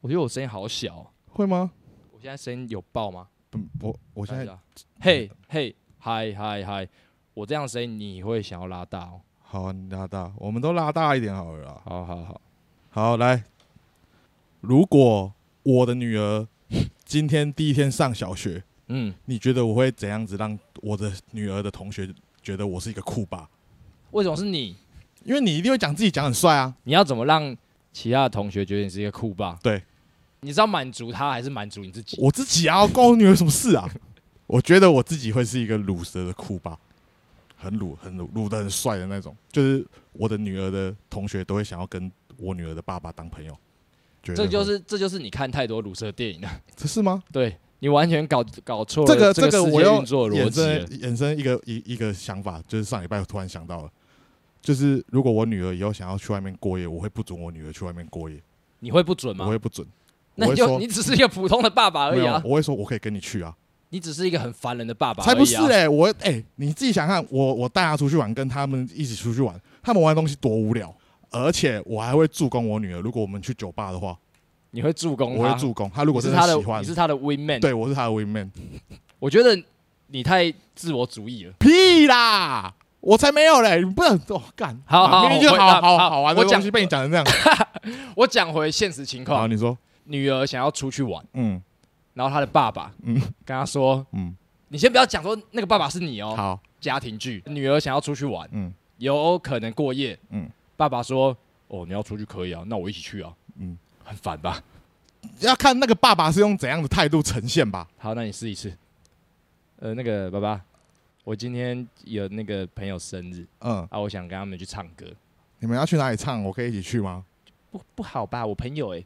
我觉得我声音好小哦，会吗？我现在声音有爆吗？不，我我现看一在下，嘿嘿嗨嗨嗨，我这样声音你会想要拉大哦。好，你拉大，我们都拉大一点好了啦。好好好，好，来，如果我的女儿今天第一天上小学，嗯，你觉得我会怎样子让我的女儿的同学觉得我是一个酷爸？为什么是你？因为你一定会讲自己讲很帅啊。你要怎么让其他的同学觉得你是一个酷爸？对，你是要满足他还是满足你自己？我自己啊，关我女儿什么事啊？ 我觉得我自己会是一个卤蛇的酷爸，很卤、很卤、卤的很帅的那种。就是我的女儿的同学都会想要跟我女儿的爸爸当朋友。绝对这会就是这就是你看太多鲁蛇电影了，这是吗？对你完全搞搞错了这个这个世我界要运作的逻衍辑了生。衍生一个一一个想法，就是上礼拜我突然想到了，就是如果我女儿以后想要去外面过夜，我会不准我女儿去外面过夜，你会不准我吗？会不准。那我你会就说你只是一个普通的爸爸而没已有啊，，我会说我可以跟你去啊，你只是一个很烦人的爸爸而已啊。才不是哎、我哎、你自己想看，我我带他出去玩，跟他们一起出去玩，他们玩的东西多无聊，而且我还会助攻我女儿。如果我们去酒吧的话，你会助攻我他，会助攻她。如你果是真他的，喜欢你，是他的 win man。对我是她的 win man。我觉得你太自我主义了。屁啦，我才没有嘞！你不能哦，干，好好明明就我回好答好好好玩的我讲东西被你讲成 这样。我讲回现实情好，况，你说，女儿想要出去玩，嗯然后她的爸爸嗯跟她说嗯，：“你先不要讲说那个爸爸是你哦，好，家庭剧，女儿想要出去玩，嗯有可能过夜。”嗯爸爸说：“哦，你要出去可以啊，那我一起去啊。”嗯，很烦吧？要看那个爸爸是用怎样的态度呈现吧。好，那你试一次。呃，那个爸爸，我今天有那个朋友生日嗯，啊，我想跟他们去唱歌，你们要去哪里唱？我可以一起去吗？不不好吧？我朋友哎、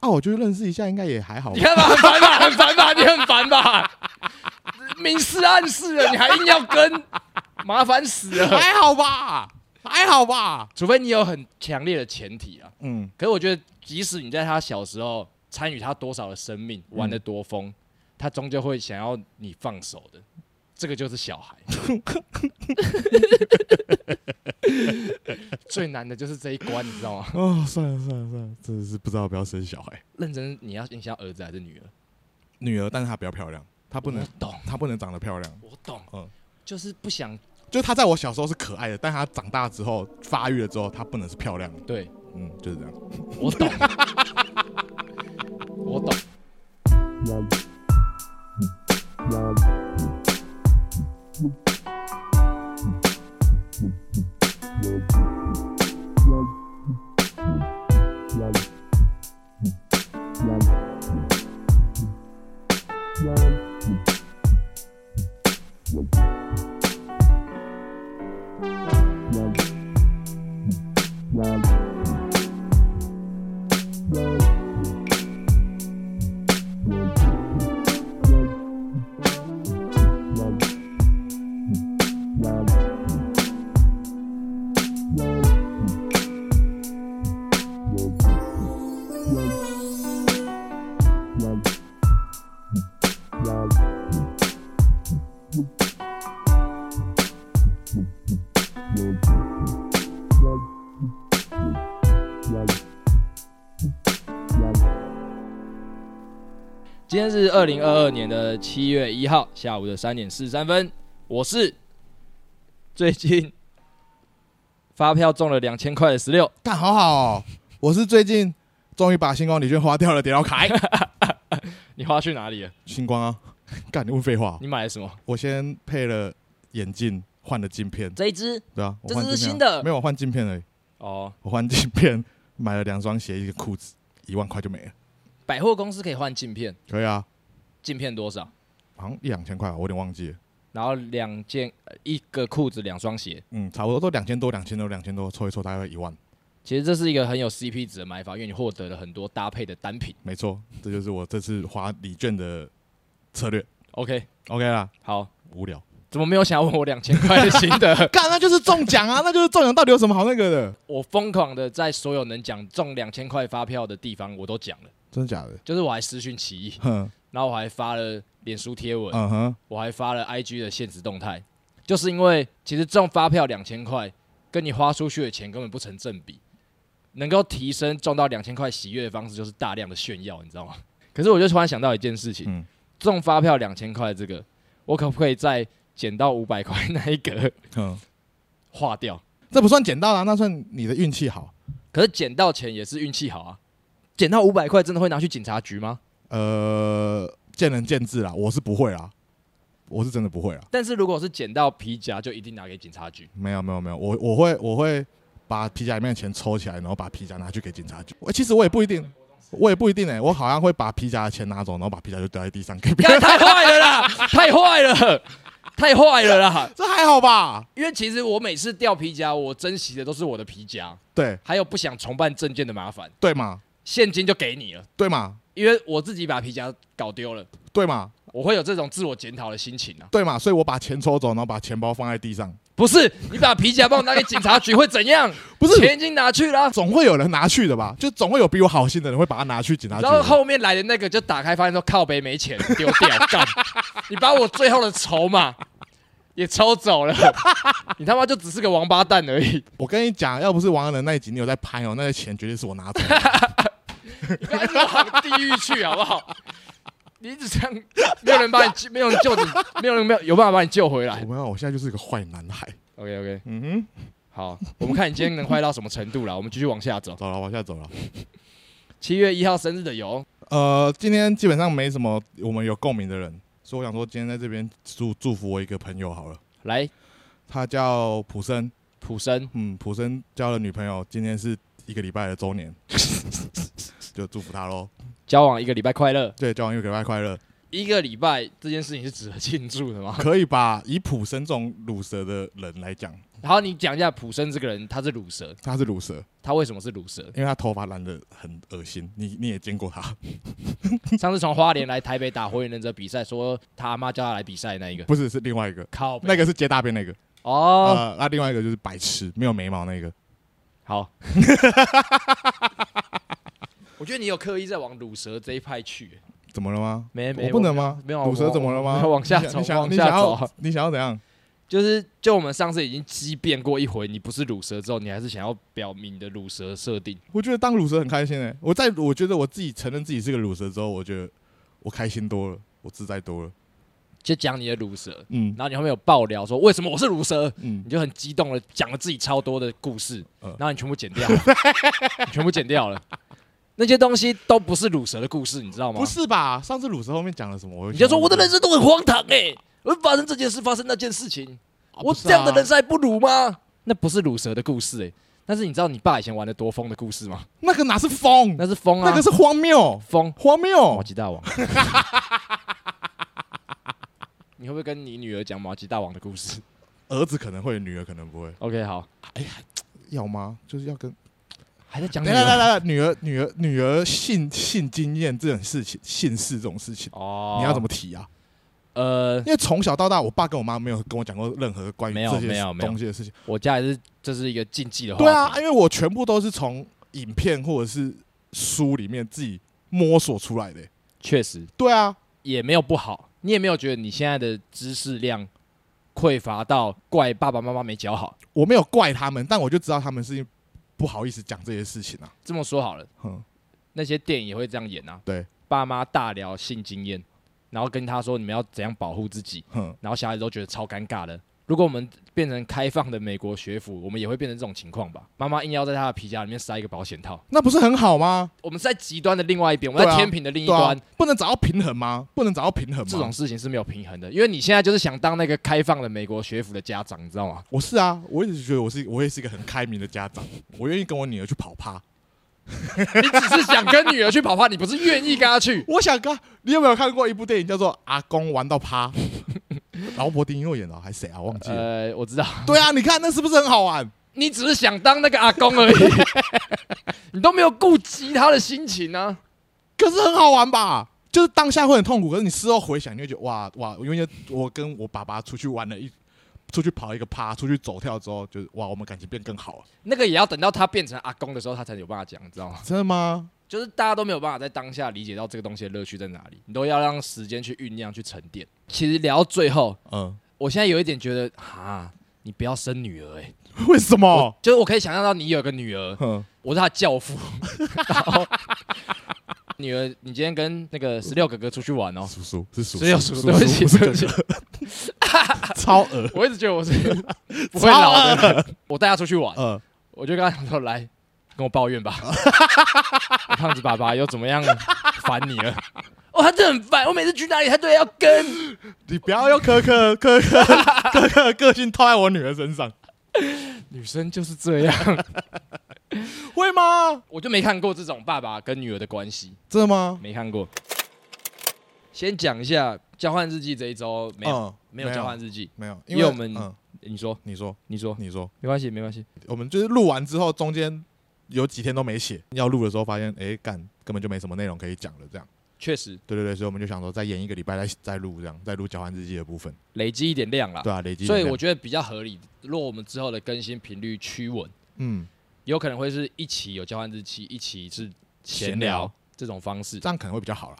啊，我就认识一下，应该也还好吧 你。看吧，很烦吧，很烦吧，你很烦吧，明示暗示了，你还硬要跟，麻烦死了。还好吧，还好吧。除非你有很强烈的前提啊，嗯，可是我觉得，即使你在他小时候参与他多少的生命，玩嗯的多疯，他终究会想要你放手的。这个就是小孩， 最难的就是这一关，你知道吗？哦，算了算了算了，真的是不知道要不要生小孩。认真，你要影响儿子还是女儿？女儿，但是她比较漂亮，她不能我，懂，她不能长得漂亮。我懂，嗯就是不想就她在我小时候是可爱的，但她长大之后发育了之后，她不能是漂亮的。对。嗯，就是这样。我懂， 我懂。哎今天是二零二二年的七月一号下午的三点四十三分，我是最近发票中了两千块的十六，干好好、哦，我是最近终于把星光礼券花掉了，点到凯。你花去哪里了？星光啊，干你问废话哦、你买了什么？我先配了眼镜，换了镜片，这一支对啊，我这换是镜片啊新的没有我换镜片而已，哦，我换镜片， 买了两双鞋，一个裤子，一万块就没了。百货公司可以换镜片，可以啊，镜片多少？好像一两千块啊吧，我有点忘记了。然后两件呃一个裤子两双鞋，嗯，差不多都两千多，两千多，两千多，凑一凑大概一万，其实这是一个很有 CP 值的买法，因为你获得了很多搭配的单品。没错，这就是我这次花礼券的策略。 OK， OK 啦，好，无聊，怎么没有想要问我两千块的心得？干那就是中奖啊， 那就是中奖，到底有什么好那个的？我疯狂的在所有能讲中两千块发票的地方我都讲了，真的假的？就是我还私讯起义，哼，然后我还发了脸书贴文，嗯哼，我还发了 IG 的现实动态，就是因为其实中发票两千块跟你花出去的钱根本不成正比，能够提升中到两千块喜悦的方式就是大量的炫耀，你知道吗？ 可是我就突然想到一件事情，嗯中发票两千块这个，我可不可以再减到五百块那一格 嗯，划掉？这不算捡到啦，那算你的运气好。可是捡到钱也是运气好啊，捡到五百块真的会拿去警察局吗？呃，见仁见智啦，我是不会啦，我是真的不会啦。但是如果是捡到皮夹，就一定拿给警察局。没有没有没有，我我会我会把皮夹里面的钱抽起来，然后把皮夹拿去给警察局。欸我其实我也不一定，我也不一定哎、我好像会把皮夹的钱拿走，然后把皮夹就掉在地上给别干人。太坏了啦， 太坏了，太坏了啦！这还好吧？因为其实我每次掉皮夹，我珍惜的都是我的皮夹，对还有不想重办证件的麻烦，对嘛现金就给你了，对嘛因为我自己把皮夹搞丢了，对嘛我会有这种自我检讨的心情啊。对嘛，所以我把钱抽走，然后把钱包放在地上。不是你把皮夹帮我拿给警察局会怎样？不是钱已经拿去了，总会有人拿去的吧？就总会有比我好心的人会把它拿去警察局然后的。后面来的那个就打开发现说靠北没钱丢掉，干，你把我最后的筹码 也抽走了， 你他妈就只是个王八蛋而已。我跟你讲，要不是王安人那一集你有在拍哦，那些钱绝对是我拿走的。不要一直往地狱去，好不好？ 你一直这样，没有人把你救，没有人救你，没有人没有有办法把你救回来我。没有，我现在就是一个坏男孩。 OK OK，嗯哼，好，我们看你今天能坏到什么程度了。我们继续往下走。走了，往下走了。七月一号生日的有，呃，今天基本上没什么我们有共鸣的人，所以我想说今天在这边祝祝福我一个朋友好了，来他叫普生，普生，嗯，普生交了女朋友，今天是一个礼拜的周年， 就祝福他喽。交往一个礼拜快乐，对，交往一个礼拜快乐，一个礼拜这件事情是值得庆祝的吗？可以吧？以普生这种乳蛇的人来讲，然后你讲一下普生这个人，他是乳蛇，他是乳蛇，他为什么是乳 蛇？因为他头发染的很恶心，你你也见过他，上次从花莲来台北打火影忍者比赛，说他阿妈叫他来比赛那一个，不是是另外一个，靠北那个是接大便那个，哦，呃，那、另外一个就是白痴，没有眉毛那个。 好，我觉得你有刻意在往乳蛇这一派去，怎么了吗？没我没不能吗？没有啊乳蛇我怎么了吗？我往下你想走你想往你下想走要 你想要怎样？就是就我们上次已经激辩过一回，你不是乳蛇之后，你还是想要表明你的乳蛇设定，我觉得当乳蛇很开心诶、我在我觉得我自己承认自己是个乳蛇之后，我觉得我开心多了，我自在多了。就讲你的乳蛇，嗯然后你后面有爆料说为什么我是乳蛇，嗯你，就很激动了，讲了自己超多的故事，嗯然后你全部剪掉了，你全部剪掉了，那些东西都不是乳蛇的故事，你知道吗？不是吧？上次乳蛇后面讲了什么？我你就嗯说我的人生都很荒唐哎、我发生这件事，发生那件事情，我这样的人生，生啊还不如吗？那不是乳蛇的故事哎、但是你知道你爸以前玩的多疯的故事吗？那个哪是疯？ 那是哦疯啊，那个是荒谬，疯，荒马谬。吉大王。 你会不会跟你女儿讲马吉大王的故事儿子可能会，女儿可能不会， ？OK，好，要吗？就是要跟还在讲女来来来儿来，女儿女儿女儿性性经验这种事情，性事这种事情，哦，你要怎么提啊？呃，因为从小到大，我爸跟我妈没有跟我讲过任何关于没有这些没有没有哦东西的事情。我家也是，这是一个禁忌的话题。对啊，，因为我全部都是从影片或者是书里面自己摸索出来的欸、确实对啊，也没有不好，你也没有觉得你现在的知识量匮乏到怪爸爸妈妈没教好。我没有怪他们，但我就知道他们是不好意思讲这些事情啊。这么说好了，哼，那些电影也会这样演啊。对，爸妈大聊性经验，然后跟他说你们要怎样保护自己，哼，然后小孩子都觉得超尴尬的。如果我们变成开放的美国学府，我们也会变成这种情况吧？妈妈硬要在她的皮夹里面塞一个保险套，那不是很好吗？我们是在极端的另外一边，我们在对啊天平的另一对啊端，，不能找到平衡吗？不能找到平衡这种吗？事情是没有平衡的。因为你现在就是想当那个开放的美国学府的家长，你知道吗？我是啊，我一直觉得我是我也是一个很开明的家长，我愿意跟我女儿去跑趴。你只是想跟女儿去跑趴，你不是愿意跟她去。我想刚，你有没有看过一部电影叫做《阿公玩到趴》？ 劳勃·迪尼诺演的哦还是谁啊？忘记了。呃，我知道，对啊，你看那是不是很好玩？你只是想当那个阿公 而已，你都没有顾及她的心情啊。可是很好玩吧？就是当下会很痛苦，可是你事后回想，你会觉得哇哇，因为我跟我爸爸出去玩了一，出去跑一个趴，出去走跳之后，就是哇，我们感情变更好了。那个也要等到他变成阿公的时候，他才有办法讲，你知道吗？真的吗？就是大家都没有办法在当下理解到这个东西的乐趣在哪里，你都要让时间去酝酿、去沉淀。其实聊到最后，嗯，我现在有一点觉得，哈，你不要生女儿、欸，哎， 为什么？呃就是我可以想象到你有个女儿，哼，我是她的教 父，然后女儿，你今天跟那个十六哥哥出去玩哦，叔叔是叔叔，十六叔，对不起，不是对不起，超恶，我一直觉得 我是不会老的人，我带她出去玩，呃，我就跟他讲说：“来，跟我抱怨 吧，我胖子爸爸又怎么样烦你了？”哦，他真的很烦，我每次去哪里他都要跟。你不要用苛刻、苛刻、苛刻的个性套在我女儿身上，女生就是这 样，会吗？我就没看过这种爸爸跟女儿的关系，真的吗？没看过。先讲一下交换日记这一周没有、嗯哦没有交换，日记，没有，因因为为我们嗯，你说你说，你说你说，没关系没关系，我们就是录完之后，中间有几天都没写，要录的时候发现，哎，干根本就没什么内容可以讲了，这样。确实对对对，所以我们就想说，再演一个礼拜再再录这样，再录交换日记的部分，累积一点量啦。对啊，累积能所以量。我觉得比较合理。若我们之后的更新频率趋稳，嗯，有可能会是一起有交换日期，一起是闲闲聊聊这种方式。这样可能会比较好啦。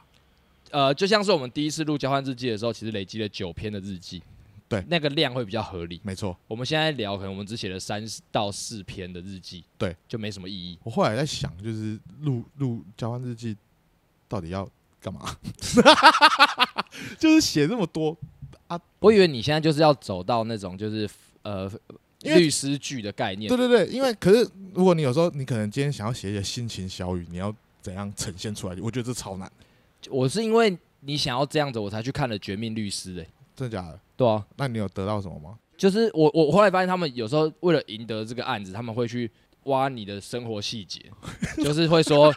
呃，就像是我们第一次录交换日记的时候，其实累积了九篇的日记，对那个量会比较合理。没错，我们现在聊，可能我们只写了三到四篇的日记，对，就没什么意义。我后来在想，就是录录交换日记到底要干嘛？ 就是写这么多，我以为你现在就是要走到那种就是呃因为律师剧的概念对，对对，因为可是如果你有时候你可能今天想要写一些心情小语，你要怎样呈现出来？我觉得这超难，我是因为你想要这样子，我才去看了《绝命律师》欸诶，真的假的？对啊，那你有得到什么吗？就是我我后来发现，他们有时候为了赢得这个案子，他们会去挖你的生活细节，就是会说，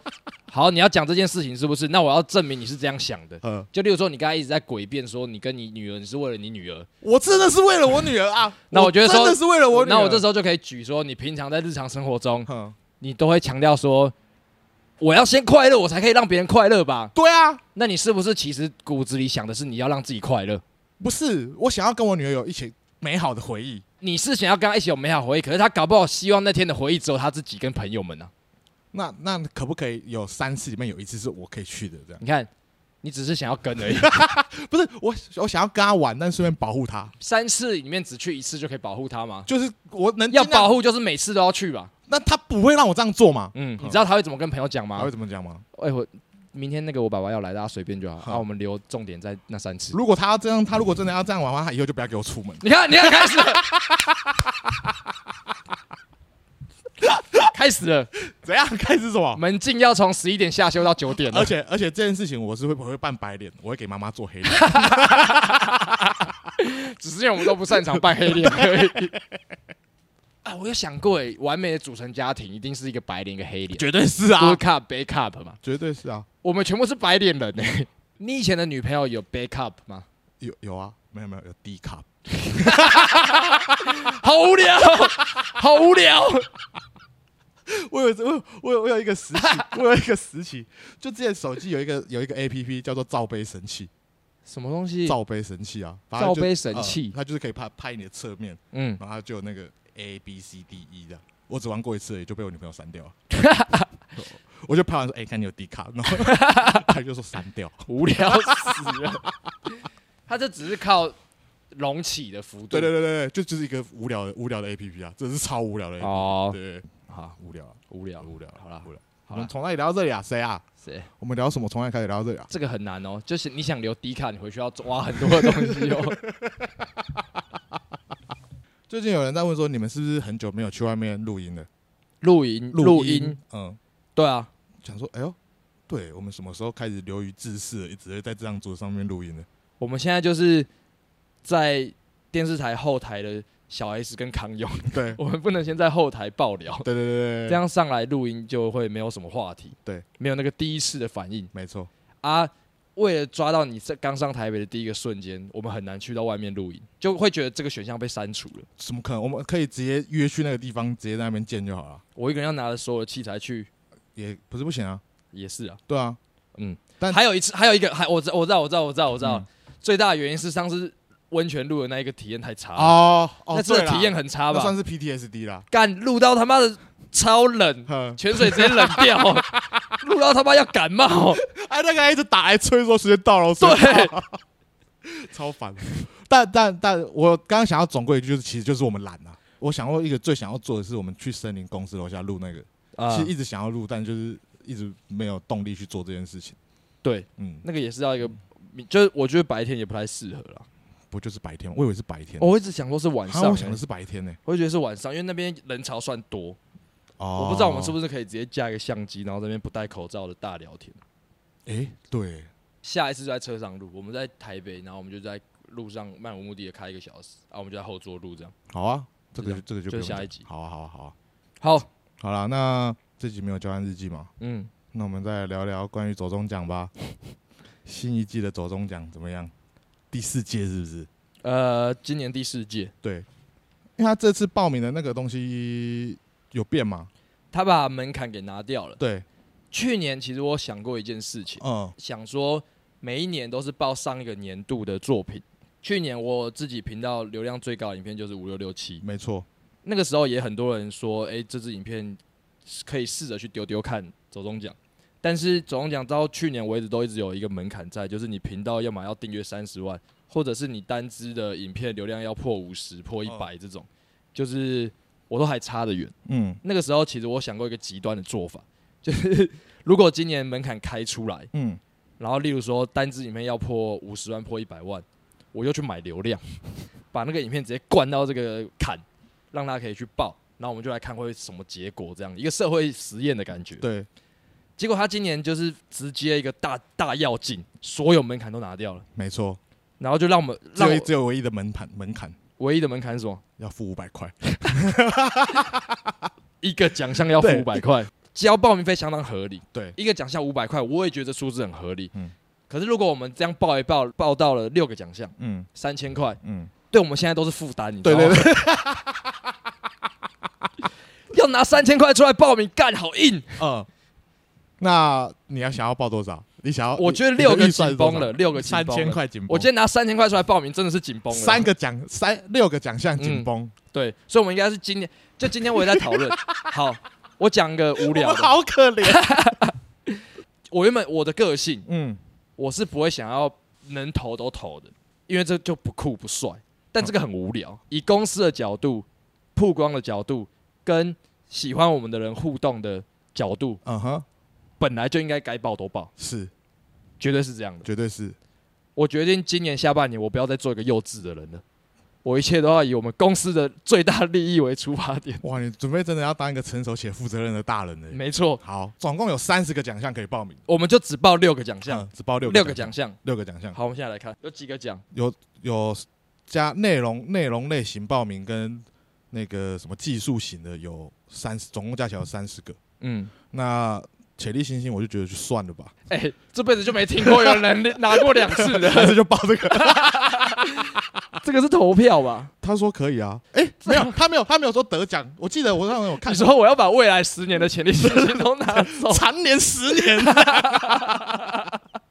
好，你要讲这件事情是不是？那我要证明你是这样想的。呃，就例如说，你刚才一直在诡辩说你跟你女儿，你是为了你女儿，我真的是为了我女儿啊！ 那我觉得说真的是为了我女儿。那我这时候就可以举说，你平常在日常生活中，哼，你都会强调说，我要先快乐，我才可以让别人快乐吧？对啊，那你是不是其实骨子里想的是你要让自己快乐？不是我想要跟我女儿有一起美好的回忆，你是想要跟她一起有美好回忆，可是她搞不好希望那天的回忆只有她自己跟朋友们啊呢、那那可不可以有三次里面有一次是我可以去的？这样你看，你只是想要跟而 已。不是我我想要跟她玩，但顺便保护她，三次里面只去一次就可以保护他吗？就是我能要尽量保护就是每次都要去吧。那他不会让我这样做吗？嗯，你知道他会怎么跟朋友讲他吗会？怎么讲吗？哎、我明天那个我爸爸要来，大家随便就好。好那、我们留重点在那三次。如果他要这样，他如果真的要这样玩的话，他以后就不要给我出 门。你看，你看，开始了，开始了，怎样？开始什么？门禁要从十一点下修到九点而了。且而且这件事情我是会我会扮白脸，我会给妈妈做黑脸。只是因为我们都不擅长扮黑脸而 已。啊，我有想过，哎，完美的组成家庭一定是一个白脸一个黑脸绝对是啊，good，cup bad cup 嘛。绝对是啊，我们全部是白脸人欸呢、 你以前的女朋友有 backup 吗？有有啊，没有没有有 D 卡，好无 聊，好无聊。我有我有我有我有一个时期，我有一个时期，就之前手机有一个 有一个 A P P 叫做罩杯神器，什么东西？罩杯神器啊，反正就嗯罩杯神器呃它就是可以拍拍你的侧面，嗯，然后它就有那个 A B C D E 的，我只玩过一次而已，就被我女朋友删 掉了。我就拍完说：“哎、看你有 D 卡。” 然后他就说删掉。无聊 死了。他这只是靠隆起的幅度。对对对对对，就就是一个无聊的无聊的 A P P 啊，真的是超无聊的 A P P、哦，对，对好无聊、啊，无聊。无聊啊、好啦无聊。好我啦们从哪里聊到这里啊？谁啊？谁？我们聊什么？从哪里开始聊到这里啊？这个很难哦，就是你想留低卡，你回去要挖很多的东西哦。 最近有人在问说，你们是不是很久没有去外面录音了？录音，录音，，嗯，对啊，想说，哎呦，对我们什么时候开始流于自视了，一直会在这张桌上面 录音的？我们现在就是在电视台后台的小 S 跟康 永，对，我们不能先在后台爆聊。对对对对，这样上来录音就会没有什么话题，嗯对，没有那个第一次的反应没错，啊。为了抓到你这刚上台北的第一个瞬间，我们很难去到外面录音，就会觉得这个选项被删除了。怎么可能？我们可以直接约去那个地方，直接在那边见就好了，我一个人要拿着所有的器材去，也不是不行啊。也是啊。对啊，嗯，但嗯还有一次，还有一个，还我知我知道我知道我知道我知道，最大的原因是上次温泉录的那一个体验太差了，哦哦，啊那次的对啦体验很差那算吧？是 PTSD 啦。 干录到他妈的超冷，哼，泉水直接冷掉， 录到他妈要感冒。哎，那个还一直打来催说时间到了，时间到了 超烦。但但但我刚刚想要总归一句，就是其实就是我们懒啊。我想过一个最想要做的是，我们去森林公司楼下录那个，啊其实一直想要录，但就是一直没有动力去做这件事情。对，嗯，那个也是要一个，就是我觉得白天也不太适合啦。不就是白天？我以为是白天，我一直想说是哦晚好上、像我欸想的是白天呢、我会觉得是晚上，因为那边人潮算多，哦我不知道我们是不是可以直接架一个相机，然后在那边不戴口罩的大聊天。哎、对，下一次就在车上录，我们在台北，然后我们就在路上漫无目的的开一个小时，啊，我们就在后座录这样。好啊，这个就就这个就就不用下讲一集好啊，好啊，好啊，好，好啦，那这集没有交换日记嘛？嗯，那我们再聊聊关于走中 奖吧。新一季的走中奖怎么样？第四届是不是？呃，今年第四届，对，因为他这次报名的那个东西有变嘛？他把门槛给拿掉了。对，去年其实我想过一件事情，嗯，想说每一年都是报上一个年度的作品。去年我自己频道流量最高的影片就是五六六七，没错，那个时候也很多人说，诶，这支影片可以试着去丢丢看走中奖。但是走中奖到去年为止都一直有一个门槛在，就是你频道要么要订阅三十万，或者是你单支的影片流量要破五十、破一百这种，就是我都还差得远。嗯那个时候其实我想过一个极端的做法，就是如果今年门槛开出来，嗯，然后例如说单支影片要破五十万、破一百万，我就去买流量， 把那个影片直接灌到这个坎，让大家可以去报，然后我们就来看会什么结果，这样一个社会实验的感觉。对，结果他今年就是直接一个大大要进，所有门槛都拿掉了，没错，然后就让我们只让有我只有唯一的门槛门槛唯一的门槛是什么？要付五百块，一个奖项要付对五百块，交报名费相当合理。对，一个奖项五百块，我也觉得数字很合理。嗯可是如果我们这样报一报，报到了六个奖项，嗯三千块，嗯，对我们现在都是负担，你知对道吗？对对，要拿三千块出来报名，干好硬。嗯，那你要想要报多少？你想要？我觉得你六个你的预算是紧多少绷了，六个紧三绷千了。块紧绷，我今天拿三千块出来报名，真的是紧绷了。嗯三个奖三六个奖项紧绷，对，所以我们应该是今天，就今天我也在讨 论。好，我讲个无我聊的。们好 可怜，我原本我的个性，嗯，我是不会想要能投都投的，因为这就不酷不帅。但这个很无聊。以公司的角度、曝光的角度、跟喜欢我们的人互动的角度，嗯哼，本来就应该该报都报，是，绝对是这样的。绝对是，我决定今年下半年我不要再做一个幼稚的人了，我一切都要以我们公司的最大利益为出发点。哇，你准备真的要当一个成熟且负责任的大人了耶。没错，好，总共有三十个奖项可以报名，我们就只报六个奖项，嗯只报六六个奖，项。嗯六个奖项，好，我们现在来看有几个奖，有有加内容内容类型报名跟那个什么技术型的有三十，总共加起来有三十个。嗯，那潜力新星我就觉得就算了吧，哎、这辈子就没听过有人拿过两次的， 还是就报这个。 这个是投票吧？他说可以啊，哎、没有，他没有，他没有说得奖。我记得我上次有看。你，说我要把未来十年的潜力信息都拿走蝉联十年，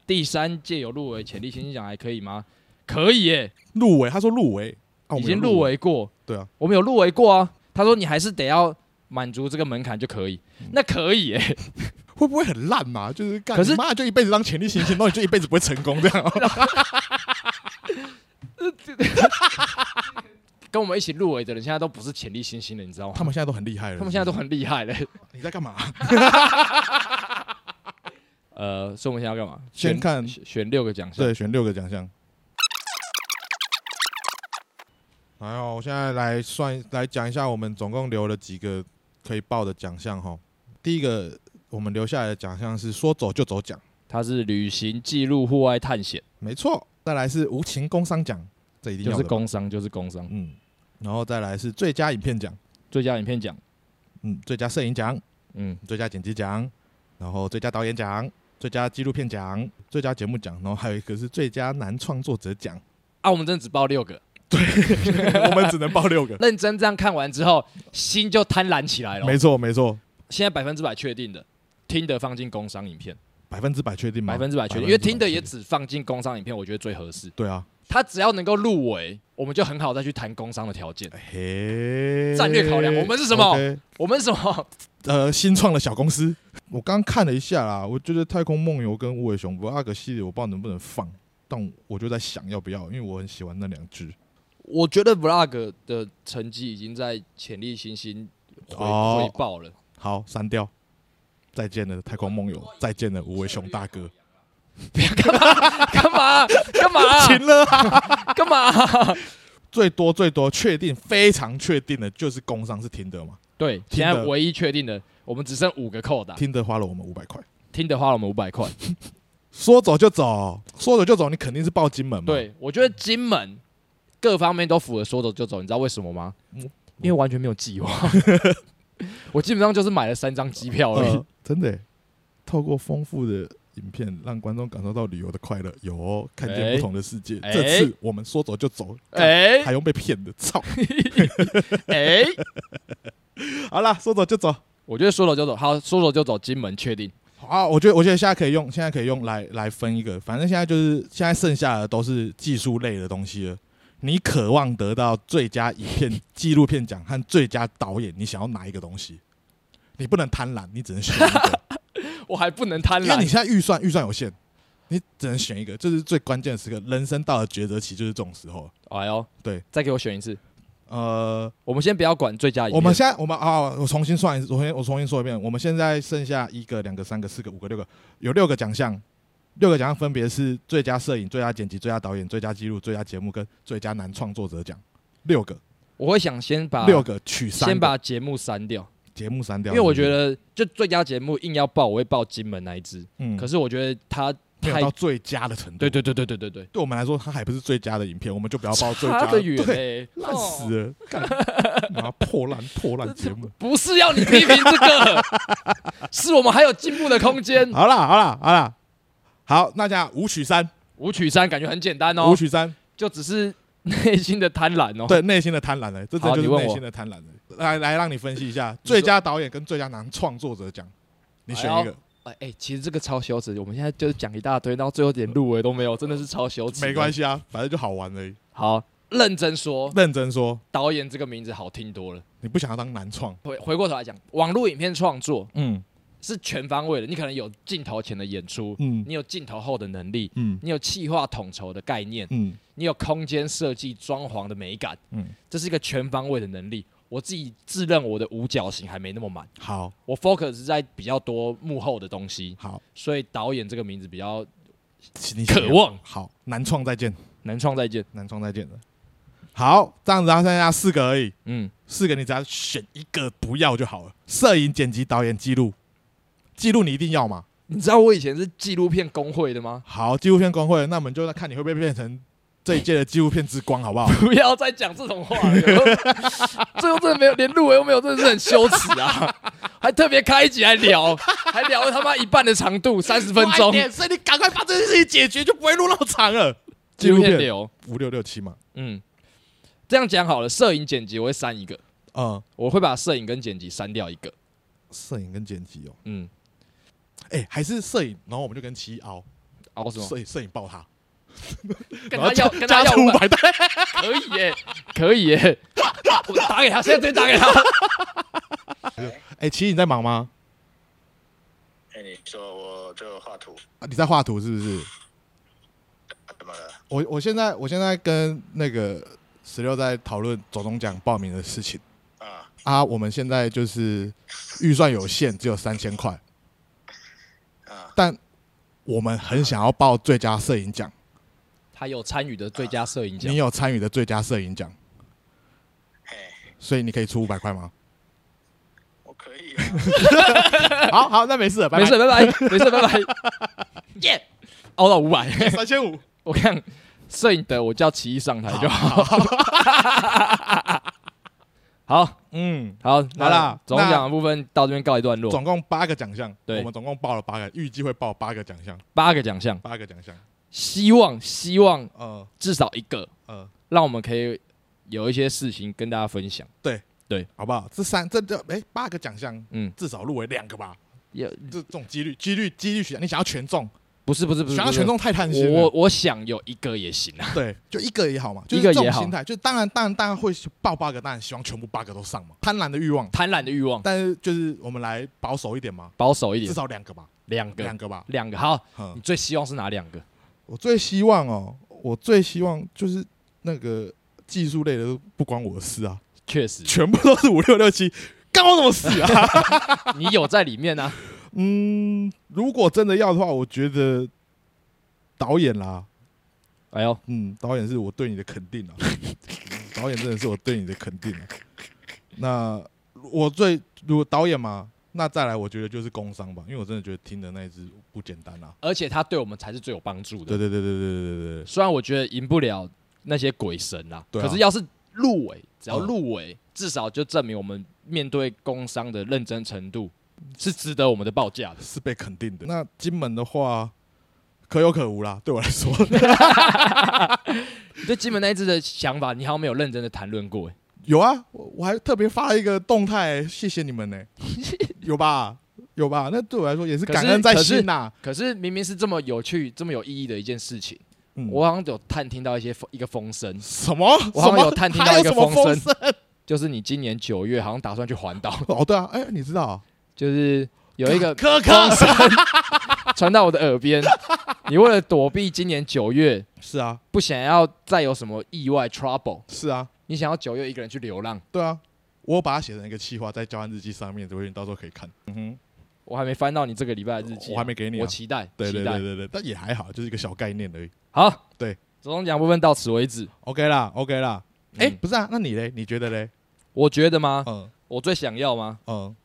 第三届有入围潜力新星奖还可以吗？可以耶、入围，他说入围，啊、我已们有经入，围过，对啊，我们有入围过啊。他说你还是得要满足这个门槛就可以，那可以耶、 会不会很烂嘛？就是干，可是你妈就一辈子当潜力新星，然后你就一辈子不会成功这样。跟我们一起入围的人，现在都不是潜力新星了，你知道吗？ 他们现在都很厉害了，他们现在都很厉害嘞。你在干嘛？ 呃，所以我们现在要干嘛？先选看选选六个奖项。，对，选六个奖项。来哦，我现在来算来讲一下，我们总共留了几个可以报的奖项哈。第一个我们留下来的奖项是说走就走奖，它是旅行记录、户外探险，没错。再来是无情工商奖，这一定就要是的吧，工商，就是工商。嗯。然后再来是最佳影片奖，最佳影片奖，嗯，最佳摄影奖，嗯，最佳剪辑奖，然后最佳导演奖，最佳纪录片奖，最佳节目奖，然后还有一个是最佳男创作者 奖。 啊，我们真的只报六个。我们只能报六个，认真这样看完之后，心就贪婪起来了。没错没错，现在百分之百确定的，听的放进工商影片，百分之百确定吗？百分之百确定，因为听的也定只放进工商影片，我觉得最合适。对啊，他只要能够入围，我们就很好再去谈工商的条件。嘿，战略考量我们是什么 OK，我们是什么？呃，新创的小公司。我刚看了一下啦，我觉得《太空梦游》跟《无尾熊不阿格系列，我不知道能不能放，但我就在想要不要，因为我很喜欢那两只。 我觉得 vlog 的成绩已经在潜力新星回哦回报了。好，删掉。再见了，太空梦游！再见了，无尾熊大哥。干嘛？干 嘛？停了啊、干 嘛？最多最多确定，非常确定的就是工商是听的嘛？对，听现在的唯一确定的，我们只剩五个扣打。听的花了我们五百块，听的花了我们五百块。说走就走，说走就走，你肯定是报金门嘛？，对，我觉得金门各方面都符合说走就走，你知道为什么吗？嗯因为完全没有 计划。我基本上就是买了三张机票而已。呃、真的耶、透过丰富的影片，让观众感受到旅游的快乐，有哦、看见哎不同的世界。哎这次我们说走就走，哎、哎还用被骗的，操！ 哎，好啦，说走就走。我觉得说走就走，好，说走就走，金门确定。好，我觉得我觉得现在可以用，现在可以用来来分一个，反正现在就是现在剩下的都是技术类的东西了。你渴望得到最佳影片、纪录片奖和最佳导演，你想要哪一个东西？你不能贪婪，你只能选一个，我还不能贪因为你婪，现在预算预算有限，你只能选一个，这是最关键的时刻。人生到了抉择期，就是这种时候。哎呦，对，再给我选一次。呃，我们先不要管最佳影片，我们现在我们啊、我重新算一次，我重新我重新说一遍，我们现在剩下一个、两个、三个、四个、五个、六个，有六个奖项，六个奖项分别是最佳摄影、最佳剪辑、最佳导演、最佳纪录、最佳节目跟最佳男创作者奖，六个，我会想先把六个取三个，啊先把节目删掉，节目删掉，因为我觉得，得就最佳节目硬要报，我会报金门那一支。嗯，可是是我觉得它没有太到最佳的程度，对，对对对对对对，对我们来说，它还不是最佳的影片，我们就不要报最差佳得远对，嘞，烂哦死了， 干妈破烂破烂节目。不是要你批评这个， 是我们还有进步的空间。好啦好啦好啦，好，那这样五取三，五曲三感觉很简单五哦，取三，就只是内心的贪婪哦。对内心的贪婪欸了，这真好的就是你问内我心的贪婪了。来来，让你分析一下最佳导演跟最佳男创作者奖，你选一哎个呦，哎哎，其实这个超羞耻，我们现在就是讲一大堆，到最后点入围都没有，真的是超羞耻。没关系，系啊，反正就好玩而已。好，认真说，认真说，导演这个名字好听多了。你不想要当男创，回回过头来讲，网络影片创作嗯是全方位的，你可能有镜头前的演出，嗯你有镜头后的能力，嗯你有气化统筹的概念，嗯你有空间设计、装潢的美感，嗯，这是一个全方位的能力。我自己自认我的五角形还没那么满，好我 focus 在比较多幕后的东西，好，所以导演这个名字比较请你渴望。好男创再见，能创再见。男创再见了。好，这样子啊，剩下四个而已，嗯，四个你只要选一个不要就好了。摄影、剪辑、导演、记录，记录你一定要嘛。你知道我以前是纪录片工会的吗？好，纪录片工会，那我们就看你会不会变成这一届的纪录片之光，好不好？不要再讲这种话了， 最后真的没有连入围都没有，真的是很羞耻啊！ 还特别开一集来聊，还聊了他妈一半的长度， 三十分钟，所以你赶快把这件事情解决，就不会录那么长了。纪录片片流。五六六七嘛，嗯，这样讲好了，摄影剪辑我会删一个，嗯，我会把摄影跟剪辑删掉一个。摄影跟剪辑哦，嗯，哎、还是摄影，然后我们就跟七凹熬什么？摄影摄影爆他，跟然他后要，加跟他加要出五500百单， 可以耶、可以耶、我打给他，现在直接打给他。哎、七你在忙吗？哎，你说我这个画图啊你在画图是不是？怎么了？我我现在我现在跟那个十六在讨论总中奖报名的事情啊，啊，我们现在就是预算有限，只有三千块，啊但我们很想要报最佳摄影奖，他有参与的最佳摄影奖你，有参与的最佳摄影奖，嘿，所以你可以出五百块吗？我可以啊。好好，那没事了，拜拜没事，，拜拜，没事，拜拜。 耶，熬到五百， 三千 五。我看摄影的，我叫奇艺上台就好。 好嗯，好，好来啦了，总那奖的部分到这边告一段落，总共八个奖项，对我们总共报了八个，预计会报八个奖项，八个奖项，八个奖项。希望希望呃至少一个呃，让我们可以有一些事情跟大家分享。好不好？这三这这哎，八个奖项，嗯，至少入围两个吧。也这这种几率几率几率选，你想要全中，不是不是不是，想要不是全中太贪心我我了。我想有一个也行啊。对，就一个也好嘛，就一是个这种也好心态。就当然当然当然会报八个，当然希望全部八个都上嘛，贪婪的欲望。贪婪的欲望，但是就是我们来保守一点嘛，保守一至点， 少两个吧，两个两，个吧。两个。好，嗯你最希望是哪两个？我最希望哦，我最希望就是那个技术类的都不关我的事啊，，确实 全部都是五六六七，干我什么事 啊？你有在里面啊。嗯，如果真的要的话，我觉得导演啦，哎呦，嗯，导演是我对你的肯定啊，导演真的是我对你的肯定啊。那我最如果导演嘛，那再来我觉得就是工商吧，因为我真的觉得听的那一支不简单啊。而且他对我们才是最有帮助对的。对对对对对对对，虽然我觉得赢不了那些鬼神啦，对啊可是要是入围，只要嗯入围，至少就证明我们面对工商的认真程度是值得我们的报价的。是被肯定的。那金门的话，可有可无啦，对我来说， 你对金门那一支的想法，你好像没有认真的谈论过、欸。有啊，我我还特别发了一个动态，谢谢你们呢、有吧？有吧？那对我来说也是可是感恩在可是心呐、可是明明是这么有趣、这么有意义的一件事情，嗯我好像有探听到一些风一个风声，什么？我好什像么有探听还到一个什么风风声就是你今年九月好像打算去环 岛，哦，对啊，哎、你知道啊就是有一 个可风声传到我的耳 边，你为了躲避今年九月是啊，不想要再有什么意外 trouble，是啊，你想要九月一个人去流浪，对啊，我有把它写成一个企划在交换日记上面，所以你到时候可以看。嗯哼，我还没翻到你这个礼拜的日记啊、我还没给你啊我期待，对对期待对对对，但也还好，就是一个小概念而已。好，对，总统奖部分到此为止。 OK 啦，OK 啦。哎、嗯不是啊，那你嘞？你觉得嘞？我觉得吗？嗯我最想要吗？嗯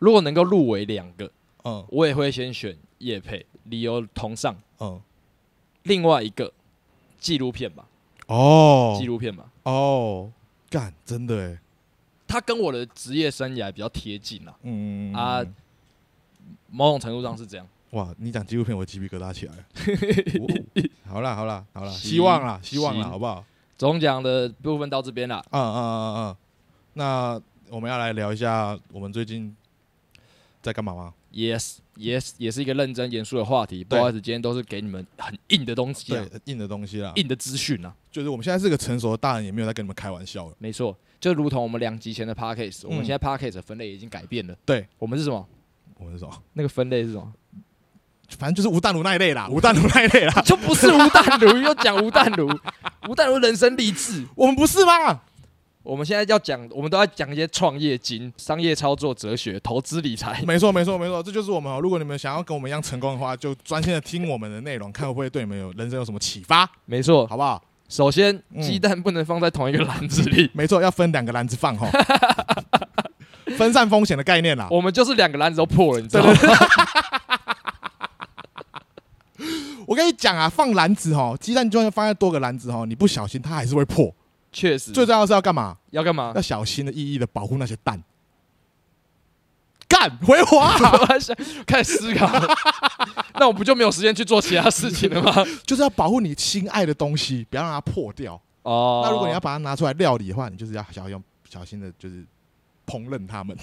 如果能够入围两个，嗯我也会先选叶佩，理由同上。嗯，另外一个纪录片吧，纪哦录片吧，哦，干，真的哎、它跟我的职业生涯比较贴近啦，嗯啊某种程度上是这样。哇，你讲纪录片，我鸡皮疙瘩起来 了。哦好啦好啦好啦，行希望啦希望啦，行好不好？总奖的部分到这边啦，嗯嗯嗯嗯，那我们要来聊一下我们最近在干嘛吗？ Yes, Yes，也是一个认真严肃的话题。不对好意思，今天都是给你们很硬的东西、啊对，，硬的东西啦，硬的资讯啊。就是我们现在是个成熟的大人，也没有在跟你们开玩笑了。没错，就如同我们两集前的 p a c k a g e 我们嗯现在 p a c k a g e 分类已经改变了。对，我们是什么？我们是什么？那个分类是什么？反正就是无弹炉那一类啦， 无弹炉那一类啦。就不是吴淡如，又讲吴 淡如，吴淡如人生励志。我们不是吗？我们现在要讲，我们都要讲一些创业经、商业操作哲学、投资理财。没错没错没错，这就是我们哦。如果你们想要跟我们一样成功的话，就专心的听我们的内容，看会不会对你们有人生有什么启 发，没错，好不好？首先嗯鸡蛋不能放在同一个篮子里，没错，要分两个篮子放 哈，分散风险的概念啦。我们就是两个篮子都破了，你知道吗？我跟你讲啊，放篮子哈，鸡蛋就算放在多个篮子哈，你不小心它还是会破。确实，最重要的是啊要干嘛？要干嘛 要？小心的翼翼的保护那些蛋。干回我 啊，我还想开始思考， 那我不就没有时间去做其他事情了吗？就是要保护你心爱的东西，不要让它破掉。 哦那如果你要把它拿出来料理的话，你就是要小心小心的，就是烹饪它们。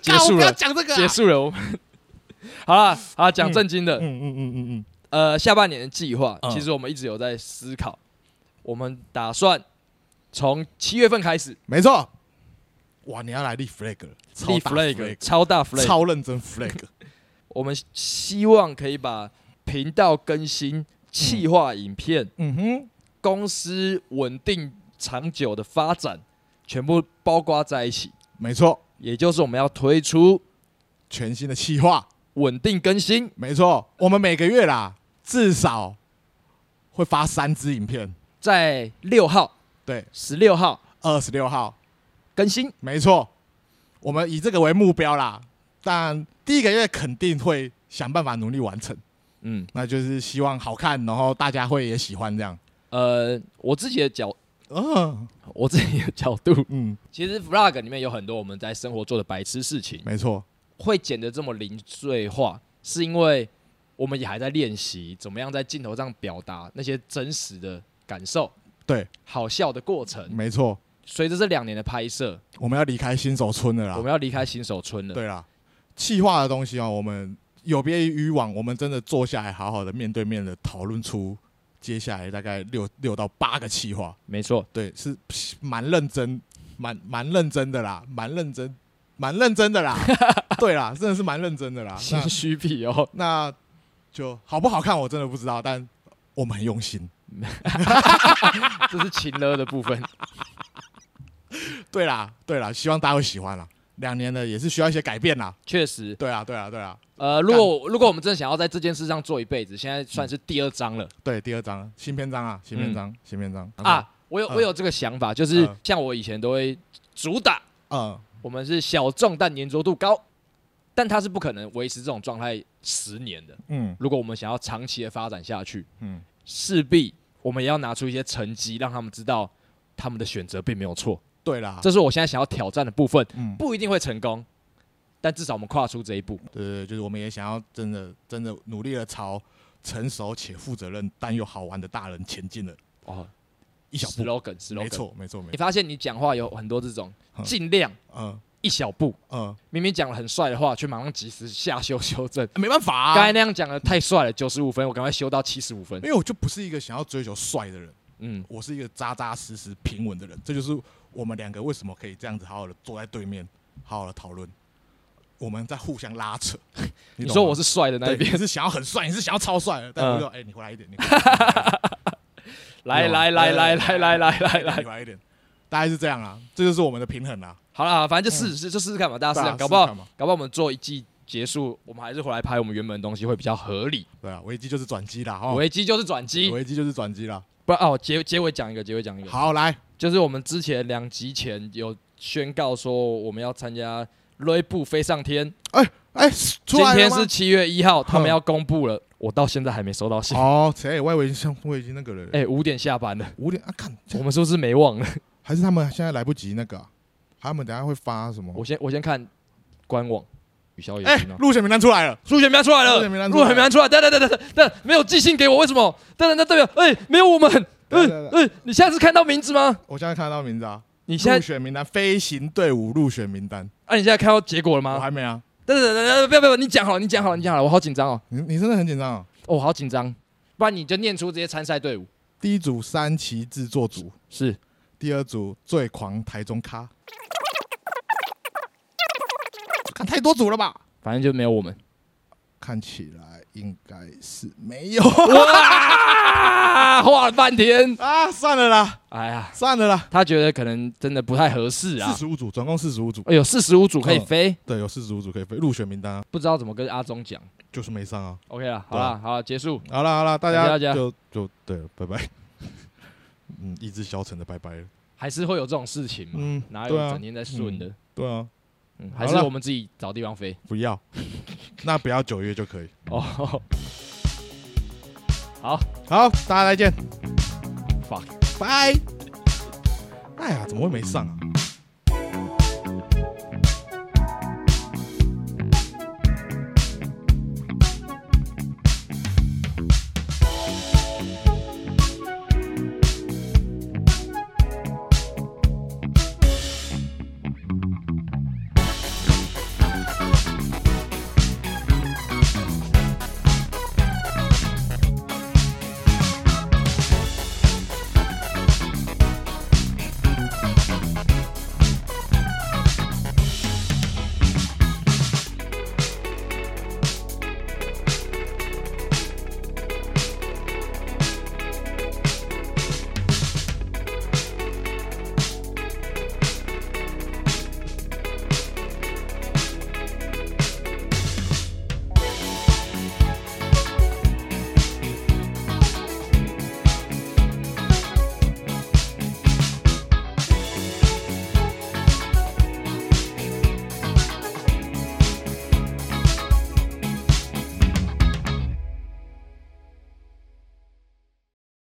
结束 干我不要了，讲这个啊、结束了，我们好了，好啦讲嗯正经的嗯。，嗯嗯嗯嗯呃，下半年的计划，嗯其实我们一直有在思考，我们打算从七月份开始嗯，没错。哇，你要来立 flag 了，超立大 flag 超大 flag，超认真 flag。我们希望可以把频道更新、企划影片、嗯哼，公司稳定长久的发展，全部包括在一起。没错，也就是我们要推出全新的企划，稳定更新，没错，我们每个月啦，至少会发三支影片，在六号、对，十六号二十六号，更新。没错，我们以这个为目标啦。但第一个月肯定会想办法努力完成，嗯，那就是希望好看，然后大家会也喜欢这样。呃，我自己的角，嗯我自己的角度，嗯， 其实 vlog 里面有很多我们在生活做的白痴事情，没错，会剪得这么零碎化，是因为我们也还在练习怎么样在镜头上表达那些真实的感受。对，嗯好笑的过程。没错，随着这两年的拍摄，我们要离开新手村了啦。我们要离开新手村了。啊对啦，企划的东西啊，我们有别于以往，我们真的坐下来好好的面对面的讨论出接下来大概六六到八个企划，没错，对，是蛮认真，蛮蛮认真的啦，蛮认 真，啊蛮认真的啦，对啦，真的是蛮认真的啦。心那虚屁哦。那就好不好看我真的不知道，但我们很用心。这是情勒的部分。对啦，对啦，希望大家会喜欢啦。两年了也是需要一些改变啦。确实，对啊，对啊，对啊，呃，如果如果我们真的想要在这件事上做一辈子，现在算是第二章了、对，第二章新篇章啊，新篇章，新篇章啊。我有嗯我有这个想法，就是嗯像我以前都会主打嗯，我们是小众但粘着度高，但它是不可能维持这种状态十年的。嗯如果我们想要长期的发展下去，嗯，势必我们也要拿出一些成绩，让他们知道他们的选择并没有错。对啦，这是我现在想要挑战的部分，啊嗯，不一定会成功，但至少我们跨出这一步。对对，对就是我们也想要真的真的努力的朝成熟且负责任但又好玩的大人前进了哦，一小步。 slogan，slogan，没。错，没错，没你错。发现你讲话有很多这种嗯尽量嗯一小步，嗯，明明讲了很帅的话，却马上及时下修修正。没办刚法才啊，那样讲的太帅了，九十五分，我赶快修到七十五分因。为我就不是一个想要追求帅的人。嗯，我是一个扎扎实实平稳的人，这就是我们两个为什么可以这样子好好的坐在对面，好好的讨论，我们在互相 拉扯。你懂说吗我是帅的那对一边你，是想要很 帅，你是想要超帅的，但我嗯就说，哎、你回来一点，你回来一点 来对来来来对来来来来 你来，回来一点，大概是这样啊，这就是我们的平衡啊。好了，反正就试试就试试看嘛，大家试试看，搞对啊不好试试看嘛搞不好我们做一季结束，我们还是回来拍我们原本的东西会比较合理。对啊，危机就是转机啦，哈，危机就是转机，危机就是转机啦。不然哦，结结尾讲一个，结尾讲一个，好，来，就是我们之前两集前有宣告说我们要参加。瑞布飞上天，哎、出今来了天吗是七月一号，他们哼要公布了，我到现在还没收到信。哦，谁？我以为像我已经那个了，哎，五点下班了，五点啊，看，我们是不是没忘了？还是他们现在来不及那个啊、他们等一下会发什么？我先我先看官网，雨潇哎也听到，入选名单出来了。入选名单出来了，入选名单出入来了选名单出来，等等等等等，等没有寄信给我，为什么？等等，那代表哎，没有我们，等嗯等嗯，你下次看到名字吗？我现在看得到名字啊，你现入在选名单，飞行队伍入选名单，啊，你现在看到结果了我吗？还没啊。等等等等，不要不要，你讲好了，你讲好了，你讲好了，我好紧张哦，你你真的很紧张哦。哦，我好紧张，不然你就念出这些参赛队伍第一组三旗制作组，是第二组最狂台中咖，看太多组了吧？反正就没有我们。看起来应该是没 有哇，画了半天， 啊，算了啦，哎呀，算了啦。他觉得可能真的不太合适啊四。十五嗯组，总共四十五组，哎呦，四十五组可以飞，对，有四十五组可以飞入选名单、啊，不知道怎么跟阿忠讲。就是没上啊。 OK 了，好了，好啦，结束。好了好了，大感家谢大家就就对了，拜 拜。嗯，意志消沉的拜拜了。还是会有这种事情嘛？嗯，哪有对啊整，天在顺的？对啊。嗯，好还啦是我们自己找地方飞不要， 那不要九月就可以。哦。 好好，大家再见， ，fuck。拜。哎呀，怎么会没上啊？